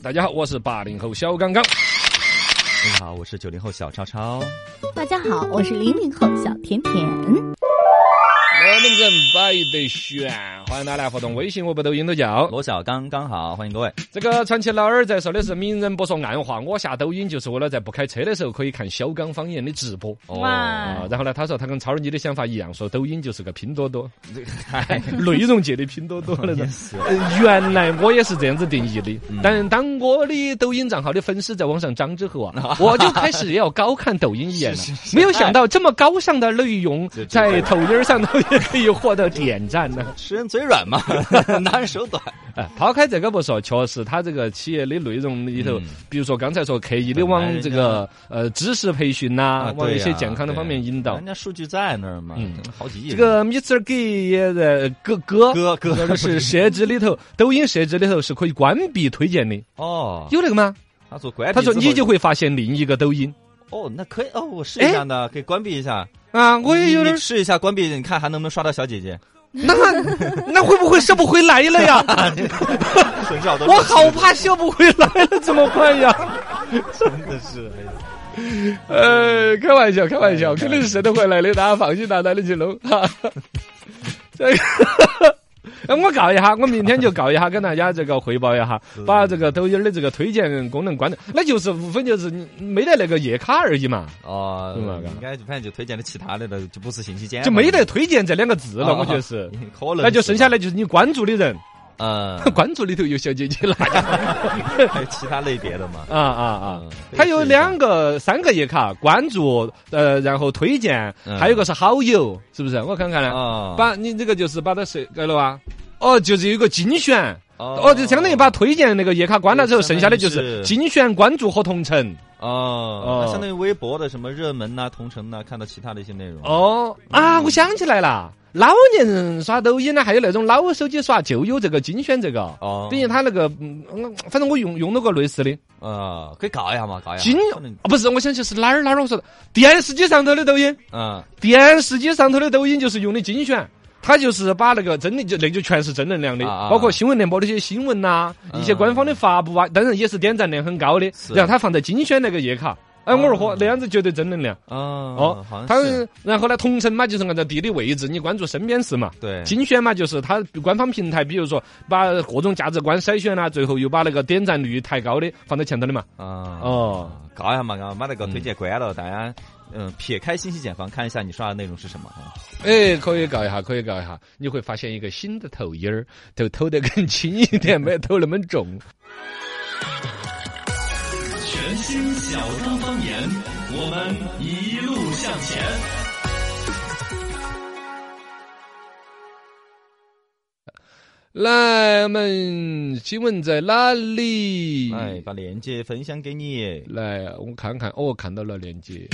大家好，我是八零后小刚刚。你好，我是九零后小超超。大家好，我是零零后小甜甜。我们人摆得悬，欢迎大家来互动，微信我不抖音都叫。罗小刚刚好，欢迎各位。这个传奇老二在说的是名人不说暗话，我下抖音就是为了在不开车的时候可以看小刚方言的直播。哦哇嗯啊，然后呢，他说他跟超儿你的想法一样，说抖音就是个拼多 多，哎内容界的拼多多哦那种。呃原来我也是这样子定义的，嗯但当我的抖音账号的粉丝在往上涨之后 啊，我就开始要高看抖音一眼了是是。是没有想到这么高尚的内容这，这在抖音上头也可以获得点赞呢。吃人嘴软嘛， 拿人手短。哎，抛开这个不说，确实他这个企业的内容里头嗯，比如说刚才说刻意的往本来人家这个呃知识培训呐，啊往啊对一些呀健康的方面引对导人。家数据在那儿嘛，嗯好几亿这人。个 Mr. Gay 也在呃哥哥。哥哥这个是设置里头，抖音设置里头是可以关闭推荐的， 哦，有那个吗？他做关闭他说之后啊哎你就会发现另一个抖音哦，那可以哦，我试一下呢，可以关闭一下。啊，我也有你点你，试一下关闭，你看还能不能刷到小姐姐？那 那会不会射不回来了呀？ 很少都我好怕射不回来了，怎么办呀？真的是，哎呀呃，开玩笑，开玩笑，肯定是射得回来的，大家放心大胆的去弄。 哈这个。哎我告一下，我明天就告一下，跟大家这个汇报一下，把这个抖音的这个推荐功能关了，那就是无非就是你没得那个页卡而已嘛，哦，是吗应该反正就推荐了其他的了，就不是信息间，就没得推荐这两个字了，我觉得是。可能是吧，那就剩下来就是你关注的 人，呃，关注里头有小姐姐来还有其他类别的嘛。啊啊 啊！嗯它有两个、三个页卡，关注，呃，然后推荐，嗯还有一个是好友，是不是？我看看呢，啊，把你这个就是把它设改了啊。哦，就是有一个精选，哦哦，就相当于把推荐那个页卡关了之后，对剩下的就相当于是是精选、关注和同城。哦，哦那相当于微博的什么热门呐、同城呐、看到其他的一些内容。哦啊，我想起来了，老年人刷抖音呢，啊还有那种老手机刷就有这个精选这个。哦，等于他那个，嗯，嗯反正我用用了个类似的，啊，可以搞一下嘛，搞一下。精反正啊不是，我想起是哪儿哪儿我说的，电视机上头的抖音，嗯，电视机上头的抖音就是用的精选，它就是把那个真的就那就全是正能量的，啊啊包括新闻联播的一些新闻呐、嗯一些官方的发布啊，当然也是点赞量很高的，是然后它放在精选那个页卡。哎，我二货哦那样子绝对正能量哦哦，好。它像是然后呢，同城嘛就是按照地理位置，你关注身边事嘛。对，精选嘛，就是它官方平台，比如说把各种价值观筛选啦、啊最后又把那个点赞率抬高的放在前头的嘛。啊，哦，搞一下嘛，搞把那个推荐关了，大家嗯，撇开信息茧房，看一下你刷的内容是什么啊？哎，可以搞一下，可以搞一下，你会发现一个新的头音儿，头偷得更轻一点，没有偷那么重。全新小刚方言，我们一路向前。来，我们新闻在哪嗯里？哎，把链接分享给你。 来，我看看，哦，看到了链接。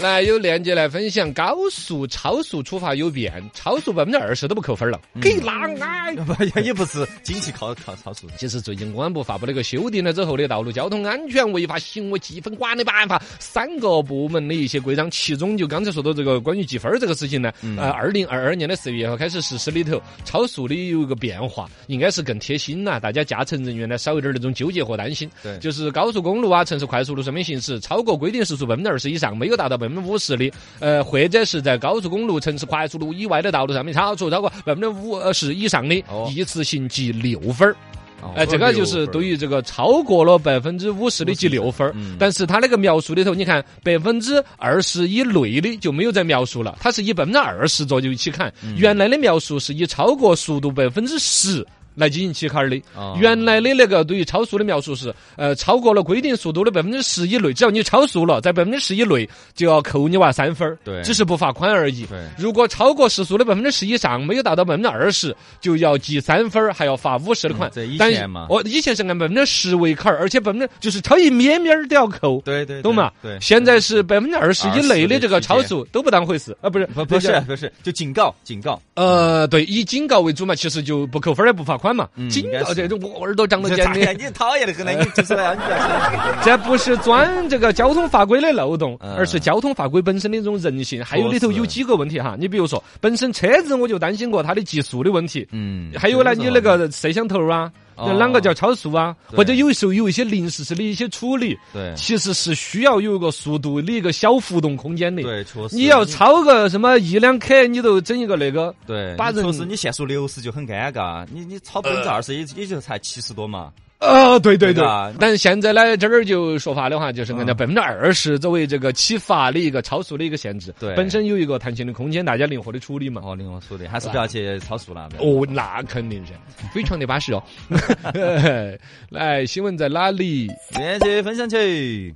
来，有链接来分享高速、超速处罚有变，超速百分之二十都不扣分了，给拉俺！不，也也不是经济考考超速。其实最近公安部发布了一个修订了之后的《道路交通安全违法行为记分管理办法》，三个部门的一些规章，其中就刚才说到这个关于记分儿这个事情呢，嗯呃，二零二二年的四月一号开始实施里头，超速的有一个变化，应该是更贴心啦，大家驾乘人员呢少一点儿那种纠结和担心。对就是高速公路啊、城市快速路上面行驶，超过规定时速百分之二十以上，没有达到百分之五十的，呃，或者是在高速公路、城市快速路以外的道路上面超速超过百分之五呃十以上的，哦一次性记六分儿。哦哎，这个就是对于这个超过了百分之五十的记六分儿嗯但是他那个描述里头，你看百分之二十以内的就没有再描述了，它是以百分之二十左右起砍。原来的描述是以超过速度百分之十。来进行起砍儿的哦，原来的那个对于超速的描述是，呃，超过了规定速度的百分之十以内，只要你超速了，在百分之十以内就要扣你娃三分儿对只是不罚款而已。对如果超过时速的百分之十以上，没有达到百分之二十，就要记三分儿，还要罚五十的款嗯。这以但前嘛哦，以前是按百分之十为坎儿，而且百分之就是超一咩咩儿都要扣。对对，对懂吗？对，现在是百分之二十以内20%的的这个区超间速都不当回事啊，不是不不那是个不是，就警告警告，呃，对，以警告为主嘛，其实就不扣分儿也不罚款嘛。嗯警应该告是这种我耳朵长了这茧咋的 呀，，你讨厌的很呢，你就是啊，你不要说 这不是钻这个交通法规的漏洞，嗯而是交通法规本身的一种人性。还有里头有几个问题哈，你比如说，本身车子我就担心过它的极速的问题，嗯还有呢，你那个摄像头啊，哦啷个叫超速啊？对或者有时候有一些临时式的一些处理，对其实是需要有一个速度的一个小浮动空 间的。对，确实你要超个什么一两 K，你都整一个那个。对，把你人确实你限速六十就很尴尬，你你超百分之二十也也就才七十多嘛，啊，对对对对吧。但现在呢，这儿就说法的话，就是按照嗯百分之二十作为这个启发的一个超速的一个限制，对本身有一个弹性的空间，大家灵活的处理嘛。哦，另外说的还是不要去超速了。不要哦，那肯定是非常的巴 适哦。 来，新闻在哪里？链接分享去。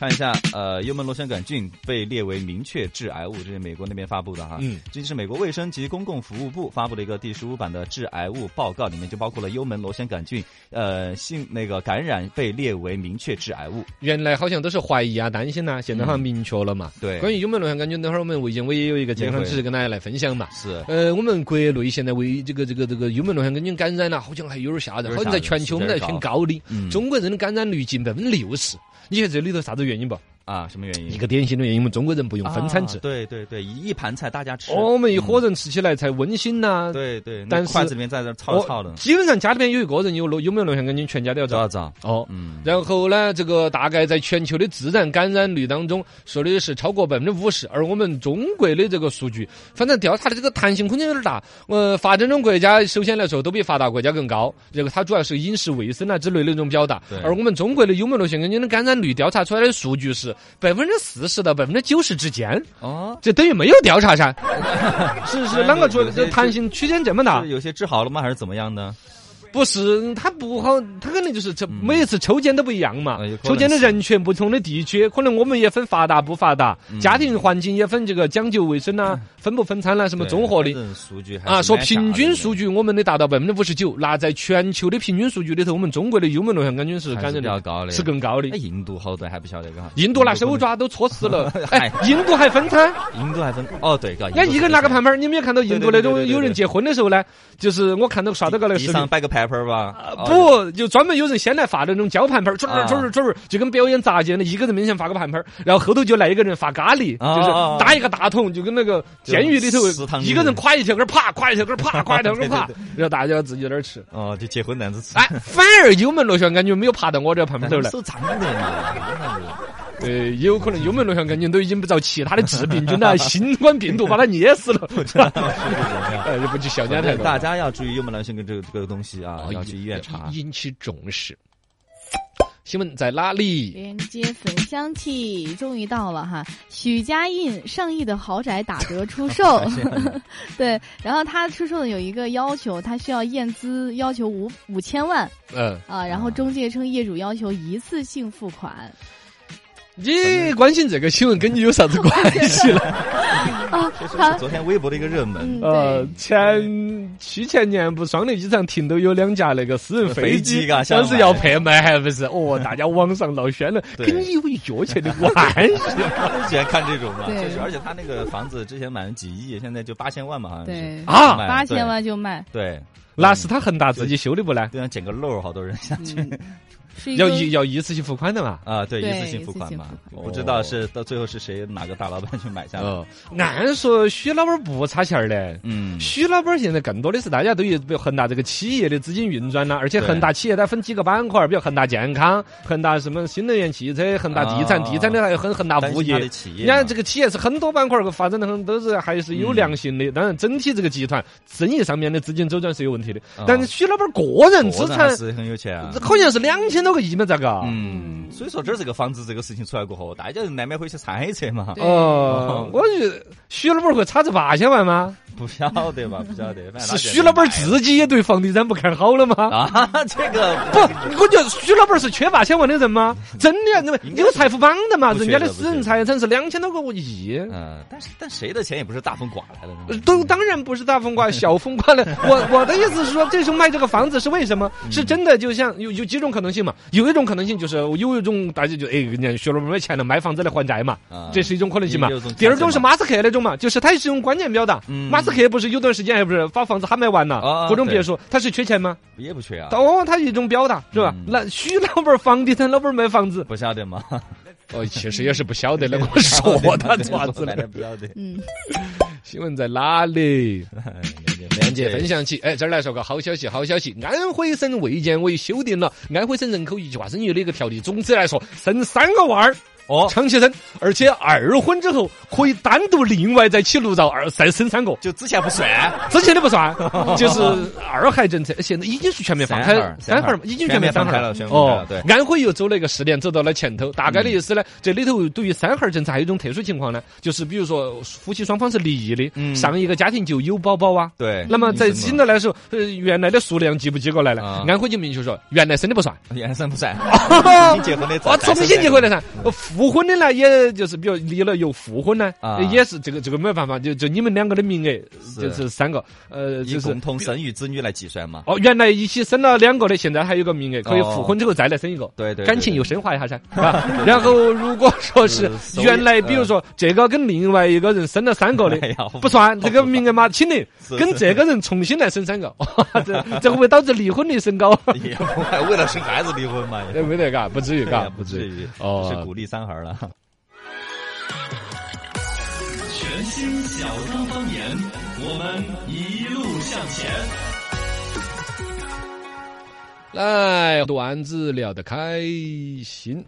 看一下，呃，幽门螺旋杆菌被列为明确致癌物，这是美国那边发布的哈。嗯，这就是美国卫生及公共服务部发布了一个第十五版的致癌物报告，里面就包括了幽门螺旋杆菌，呃，性那个感染被列为明确致癌物。原来好像都是怀疑啊、担心呐、现在好像明确了嘛。对关于幽门螺旋杆菌，等会儿我们卫健委也有一个健康知识跟大家来分享嘛。是，呃，我们国内现在为这个这个这个幽门螺旋杆菌感染了、好像还有点吓人，有好点吓人像在全球我们还挺高的。嗯中国人的感染率近百分之六十，你看这里头啥子原因不？啊，什么原因？一个典型的原因，我们中国人不用分餐制啊，对对对，一一盘菜大家吃。嗯我们一伙人吃起来才温馨呐。啊对对，但那是哦筷子里面在这儿我操操的，基本上家里面有一个人有螺有没有螺旋杆菌，全家都要找找。找。哦，嗯，然后呢，这个大概在全球的自然感染率当中，说的是超过百分之五十，而我们中国的这个数据，反正调查的这个弹性空间有点大。呃，发展中国家首先来说都比发达国家更高，这个它主要是饮食卫生啊之类的那种表达对。而我们中国的幽门螺旋杆菌的感染率调查出来的数据是百分之四十到百分之九十之间，哦，这等于没有调查 噻，是是啷个说的？有些这弹性区间这么大是？有些治好了吗？还是怎么样呢？不是，它不好，它可能就是这每一次抽检都不一样嘛嗯哎有可。能抽检的人群不同的地区，可能我们也分发达不发达，嗯家庭环境也分这个讲究卫生呐、分不分餐啊啦、什么对综合反的。正数据还啊，是说蛮平吓均人数的据，我们的达到百分之五十九，那在全球的平均数据里头，我们中国的幽门螺旋杆菌是还感是染比较率高的，是更高的哎，。印度好多还不晓得个哈，印度拿手抓都戳死 了，哎嗨，印度还分 餐，可能，印度还分哦对，个，你看一个拿个盘盘儿，你没有看到印度那对对对对种对对有人结婚的时候呢，就是我看到刷到个那个地视频啊上，摆个牌牌儿吧，哦，不，就专门有人先来发那种胶盘盘儿，转转转转转转，就跟表演杂技一样的，一个人面前发个盘盘儿，然后后头就来一个人发咖喱，啊就是啊啊搭一个大桶，就跟那个监狱里头就食堂里一个人垮一条根儿啪，垮一条根儿啪，垮一条根儿啪对对，然后大家自己在那儿吃。哦，就结婚男子吃，哎，反而幽门螺旋杆菌没有爬到我这盘盘头但来，手脏的嘛，对，有可能幽门螺旋杆菌都已经不遭其他的致病菌了，新冠病毒把它捏死了，哎， 就不去笑人家太多。大家要注意幽门螺旋跟这个这个东西啊哦，要去医院查。 引起重视。新闻在哪里？连接焚香器终于到了哈！许家印上亿的豪宅打折出 售，对，然后他出售的有一个要求，他需要验资要求五五千万嗯。啊，然后中介称业主要求一次性付款你关心这个新闻跟你有啥子关系 了？啊，这是他昨天微博的一个热门嗯，对，呃前七前年不双流机场停都有两架那个私人飞机机，嘎当时想要买拍卖，还不 是？哦，大家网上闹喧了，对跟你有药钱的关 系？就 喜欢看这种嘛，对就是而且他那个房子之前买了几亿，现在就八千万嘛，好像是对啊卖了八千，万就卖，对那是他恒大自己修的不呢？对，想捡个漏儿，好多人想 嗯，是一要个一要一次性付款的嘛？啊，对，对一次性付款嘛一次性，款不知道是到最后是谁哪个大老板去买下来。哦，按说许老板不差钱儿的。嗯，许老板现在更多的是大家对于比如恒大这个企业的资金运转啦，而且对恒大企业它分几个板块，比如恒大健康、恒大什么新能源汽车、恒大地产，啊地产的还有恒恒大担物心他业的。企业人嘛，家这个企业是很多板块儿发展的很，都是还是有良心的。当然，整体这个集团生意上面的资金周转是有问题的。啊但是许老板个人资国产还是很有钱啊。好像是两千多个亿嘛，咋个？嗯，所以说这这个房子这个事情出来过后，大家难免会去猜测嘛，嗯哦，我觉得许老板会差这八千万吗？ 不晓得吧？不晓得，反正是他许老板现自己也对房地产不看好了吗？在买啊， 这个不，我觉得许老板是缺八千万的人吗？真的，那么应该是有财富榜的嘛？不人缺家的的不私人缺的财产是两千多个亿。嗯，但是但谁的钱也不是大风刮来的，呃都当然不是大风刮，小风刮 了。我我的意思是说，这时候卖这个房子是为什么？嗯是真的，就像有有几种可能性嘛？有一种可能性就是有一种大家就哎，人家学了没钱了，买房子来还债嘛，啊呃这是一种可能性嘛也有一种。第二种是马斯克那种嘛，就是他也是用观念表达。嗯马斯克不是有段时间还不是把房子喊卖完了，啊各种对别墅，他是缺钱吗？也不缺啊，哦，他一种表达是吧嗯？那徐老板儿房地产老板儿卖房子，不晓得嘛？哦，其实也是不晓得的，我 说他爪 爪子来的 的，不晓得。嗯。新闻在哪里？哎了解链接分享起。哎，这儿来说个好消息，好消息！安徽省卫健委修订了安徽省人口一句话生育的一个条例，总之来说，生三个娃儿。哦，长期生，而且二婚之后可以单独另外再起炉灶二再生三个，就之前不算，之前的不 算，就是二孩政策，现在已经是全面放开三孩儿，三三孩孩儿儿嘛已经全面放开全面放开了全面放开哦了，嗯对嗯安徽又走了一个试点，走到了前头。大概的意思呢，这里头对于三孩儿政策还有一种特殊情况呢，就是比如说夫妻双方是离异的，嗯上一个家庭就有宝宝啊。对，那么在嗯新的来说，呃，原来的数量记不记过来了啊？安徽就明确说，原来生的不算。原生 不算，重新结婚的再，哦，重新结婚的的噻，呃复婚的呢，也就是比如离了又复婚呢，啊呃也是这个这个没有办法，就就你们两个的名额是就是三个，呃，以就是共同生育子女来计算嘛，哦，原来一起生了两个的，现在还有个名额，可以哦复婚之后再来生一个。对对，感情有又升华一 下噻，啊，然后如果说是嗯所以原来，比如说这个跟另外一个人生了三个的 哎呀好，复杂不算这个名额嘛，请你是跟这个人重新来生三个， 哇 这这会不会导致离婚率升高？ 也不会为了生孩子离婚嘛，也哎没得嘎，不至于对嘎呀，，不至于，哦是鼓励三孩 儿了。全新小刚方言，我们一路向前。来，段子聊得开心。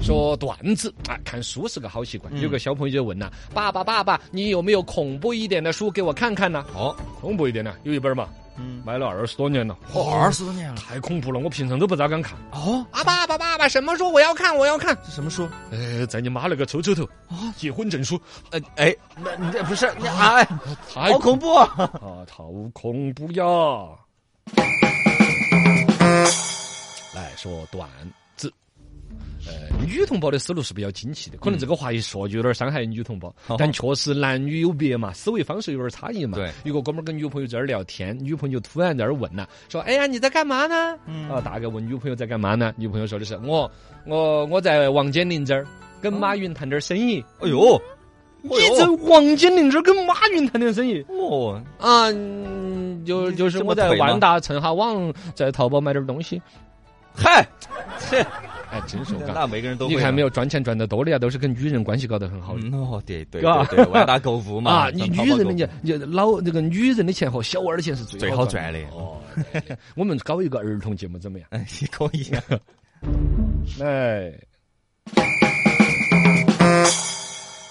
说段子啊，看书是个好习惯。嗯有个小朋友就问呐、爸爸爸爸，你有没有恐怖一点的书给我看看呢？哦，恐怖一点呢，有一本嘛，嗯，买了二十多年了，二十多年了，太恐怖了，我平常都不咋敢看。哦，啊，爸爸爸爸，什么书我要看，我要看。这什么书？呃，在你妈那个抽抽头啊，结婚证书，呃，哎，那你这不是，你哎，太好恐怖啊！啊，好恐怖呀！来说段子，呃，女同胞的思路是比较精细的，可能这个话一说就有点伤害女同胞，哦但确实男女有别嘛，思维方式有点差异嘛。对，有个哥们儿跟女朋友在那儿聊天，女朋友突然在那儿问了，说：“哎呀，你在干嘛呢？” 嗯啊，大概问女朋友在干嘛呢？女朋友说的是：“我我我在王健林这儿跟马云谈点生意。哎哎呦，你在王健林这儿跟马云谈点生意？哦，啊，嗯就你就是这我么在腿吗万达蹭下网，在淘宝买点东西。嗨，这哎，真是我干。那每个人都会你看没有？有，赚钱赚的多的呀，都是跟女人关系搞得很好的。嗯哦，对对是吧对对，万达购物嘛， 啊，你上淘女宝人的购物你你老那个女人的钱和小娃儿的钱是最最好好赚赚的哦， 对对我们搞一个儿童节目怎么样？哎， 可以啊，哎。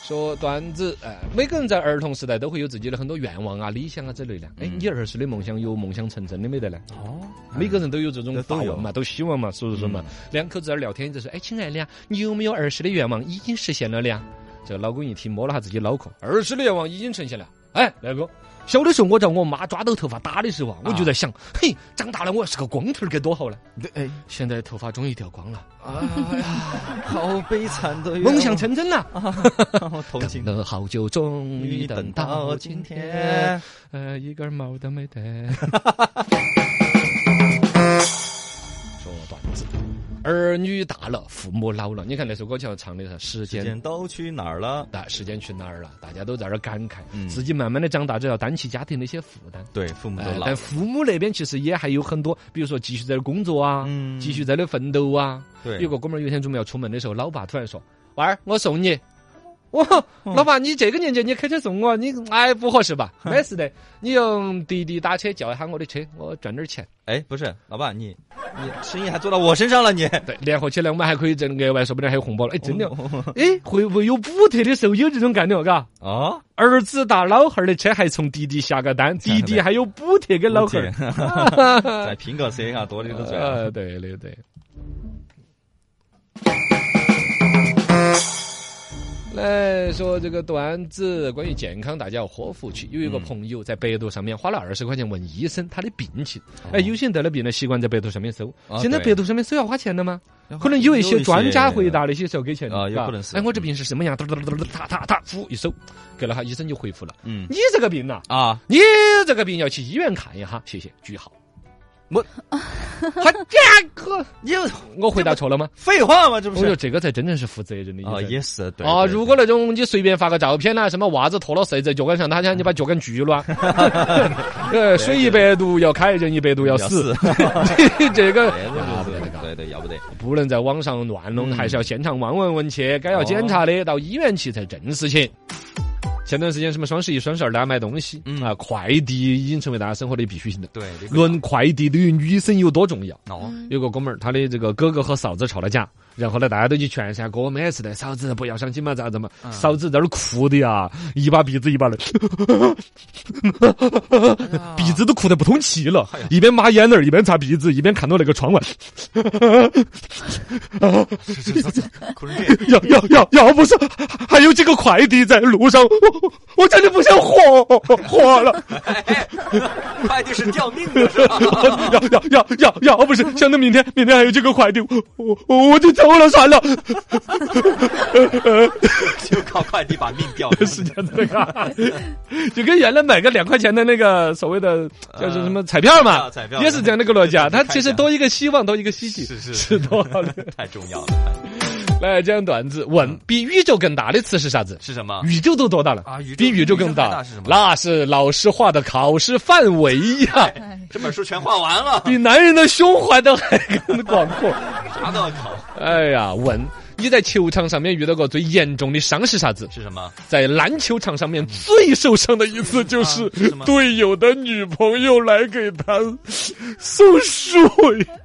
说段子，哎，每个人在儿童时代都会有自己的很多愿望啊、理想啊之类的。哎，嗯你儿时的梦想有梦想成真的没得呢？哦，每个人都有这种嗯发问嘛，都希望嘛，所以说嘛，两口子在那儿聊天就说：“哎，亲爱的呀，你有没有儿时的愿望已经实现了的呀？”这老公一听，摸了下自己脑壳，儿时的愿望已经实现了。哎，那个小的时候我遭我妈抓到头发打的时候啊，我就在想，嘿，长大了我要是个光头儿该多好呢。哎，现在头发终于掉光了，哎呀，好悲惨的梦想成真了。好同情等了好久，终于等到今天。，呃，一根毛都没得。说段子，儿女大了，父母老了。你看那首歌叫唱的啥？时时间间都去哪儿了？大，时间去哪儿了？大家都在那儿感慨，嗯自己慢慢的长大，就要担起家庭的一些负担。对，父母都哎老但了，父母那边其实也还有很多，比如说继续在那儿工作啊，嗯继续在那儿奋斗啊。对，有个哥们儿有一天准备要出门的时候，老爸突然说：“娃儿，我送你。”哇，老爸，你这个年纪你开车送我，你哎不合适吧？没事的，你用滴滴打车叫一下我的车，我赚点钱。哎，不是，老爸，你你生意还做到我身上了，你对，联合起来我们还可以挣额外，说不定还有红包了。哎，真的，哎，会不会有补贴的时候有这种概念？嘎， 哦，儿子打老汉儿的车还从滴滴下个单，滴滴还有补贴给老汉儿。 在苹果车上多的都赚了。呃，对对对。来说这个段子，关于健康，大家要呵护起。有一个朋友在百度上面花了二十块钱问医生他的病情。哎，有些人得了病呢，习惯在百度上面搜。啊现在对百度上面搜要花钱的吗？可能有一些专家回答那些时候给钱的啊有吧可能是哎，我这病是什么样？哒哒哒哒哒哒哒哒，呼一搜，给了哈，医生就回复了：嗯你这个病呐、啊，你这个病要去医院看一下。谢谢，句号。我，他这个。你我回答错了吗？废话吗？这我觉不得是哦这个才真正是负责任的啊，医生。也是对啊，对如果那种你随便发个照片啊啦，什么袜子脱了晒在脚杆上，他讲你把脚杆锯了 啊， 呃，水一百度要开，人一百度要死，对 这个要不啊得，对对，要不得。不能在网上乱弄，嗯还是要现场望闻问切，该要检查的到医院去才正事情。前段时间什么双十一、双十二，大家买东西、嗯啊，快递已经成为大家生活的必需品了。对， 论快递对于女生有多重要？哦，嗯有个哥们儿，他的这个哥哥和嫂子吵了架，然后呢，大家都去劝噻，哥没事的，嫂子不要伤心嘛，咋子嘛？嗯嫂子在那儿哭的呀，一把鼻子一把泪， 鼻子都哭得不通气了，一边抹眼泪儿，一边擦鼻子，一边看到那个窗外，哭成这样， 要要要要不是还还有几个快递在路上，我我我真的不想活活了， 快递是掉命的是吧？要要要要要不是想到明天明天还有几个快递，我我我我就走了算了，就靠快递把命掉了。 是这样的啊，就跟原来买个两块钱的那个所谓的叫是什么彩票嘛，呃彩票彩票也是这样的一个逻辑啊。对对它对其实多一个希望，多一个希冀，是是是多好 的。太重要了，来讲段子，问比宇宙更大的词是啥子？是什么？宇宙都多大了嗯啊宇宙比宇宙更宇宙还大是什么那是老师画的考试范围 呀，这本书全画完了，比男人的胸怀都还更广阔。啥都要考，哎呀，问你在球场上面遇到过最严重的伤是啥子？是什么？在篮球场上面最受伤的一次，就是啊是什么队友的女朋友来给他送水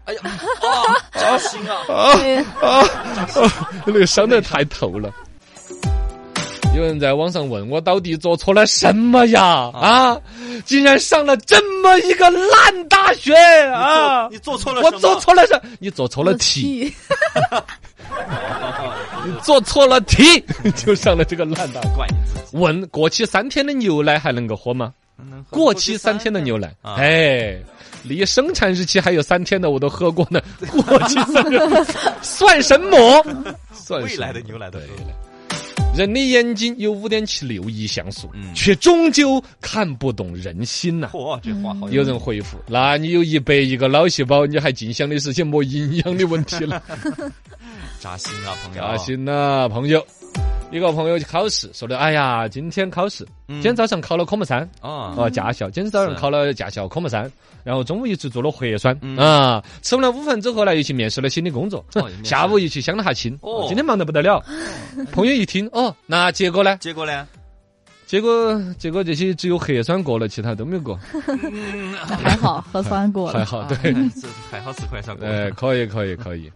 哎呀，啊，扎心啊！对啊，啊那个伤的太透了。有人在网上问我到底做错了什么呀？啊，竟然上了这么一个烂大学啊！你做错了我什么？做错了什？你做错了题，，你做错了题， 就上了这个烂大学。怪你自己。问过期三天的牛奶还能够喝吗？过期三天的牛奶，啊哎，离生产日期还有三天的我都喝过呢。过期三 天算什么？算未什么来的牛奶的对人的眼睛有五点七六亿像素，嗯却终究看不懂人心呐、嚯，这话好有人回复：“那你有一百亿个脑细胞，你还净想的是些没营养的问题 了。扎心啊，”朋友。扎。心呐，朋友。一个朋友去考试，说的：“哎呀，今天考试，今天早上考了科目三，啊，哦，驾校，今天早上是考了驾校科目三，然后中午又去做了核酸嗯啊，吃完了午饭之后呢，又去面试了新的工作哦也面，试下午又去相了下亲啊哦，今天忙得不得了。 朋友一听，哦，那结果呢？结果呢？结果结果这些只有核酸过了，其他都没有过， 还好核酸过还了。好，对，哎还好四块上过。呃，可以，可以，可以。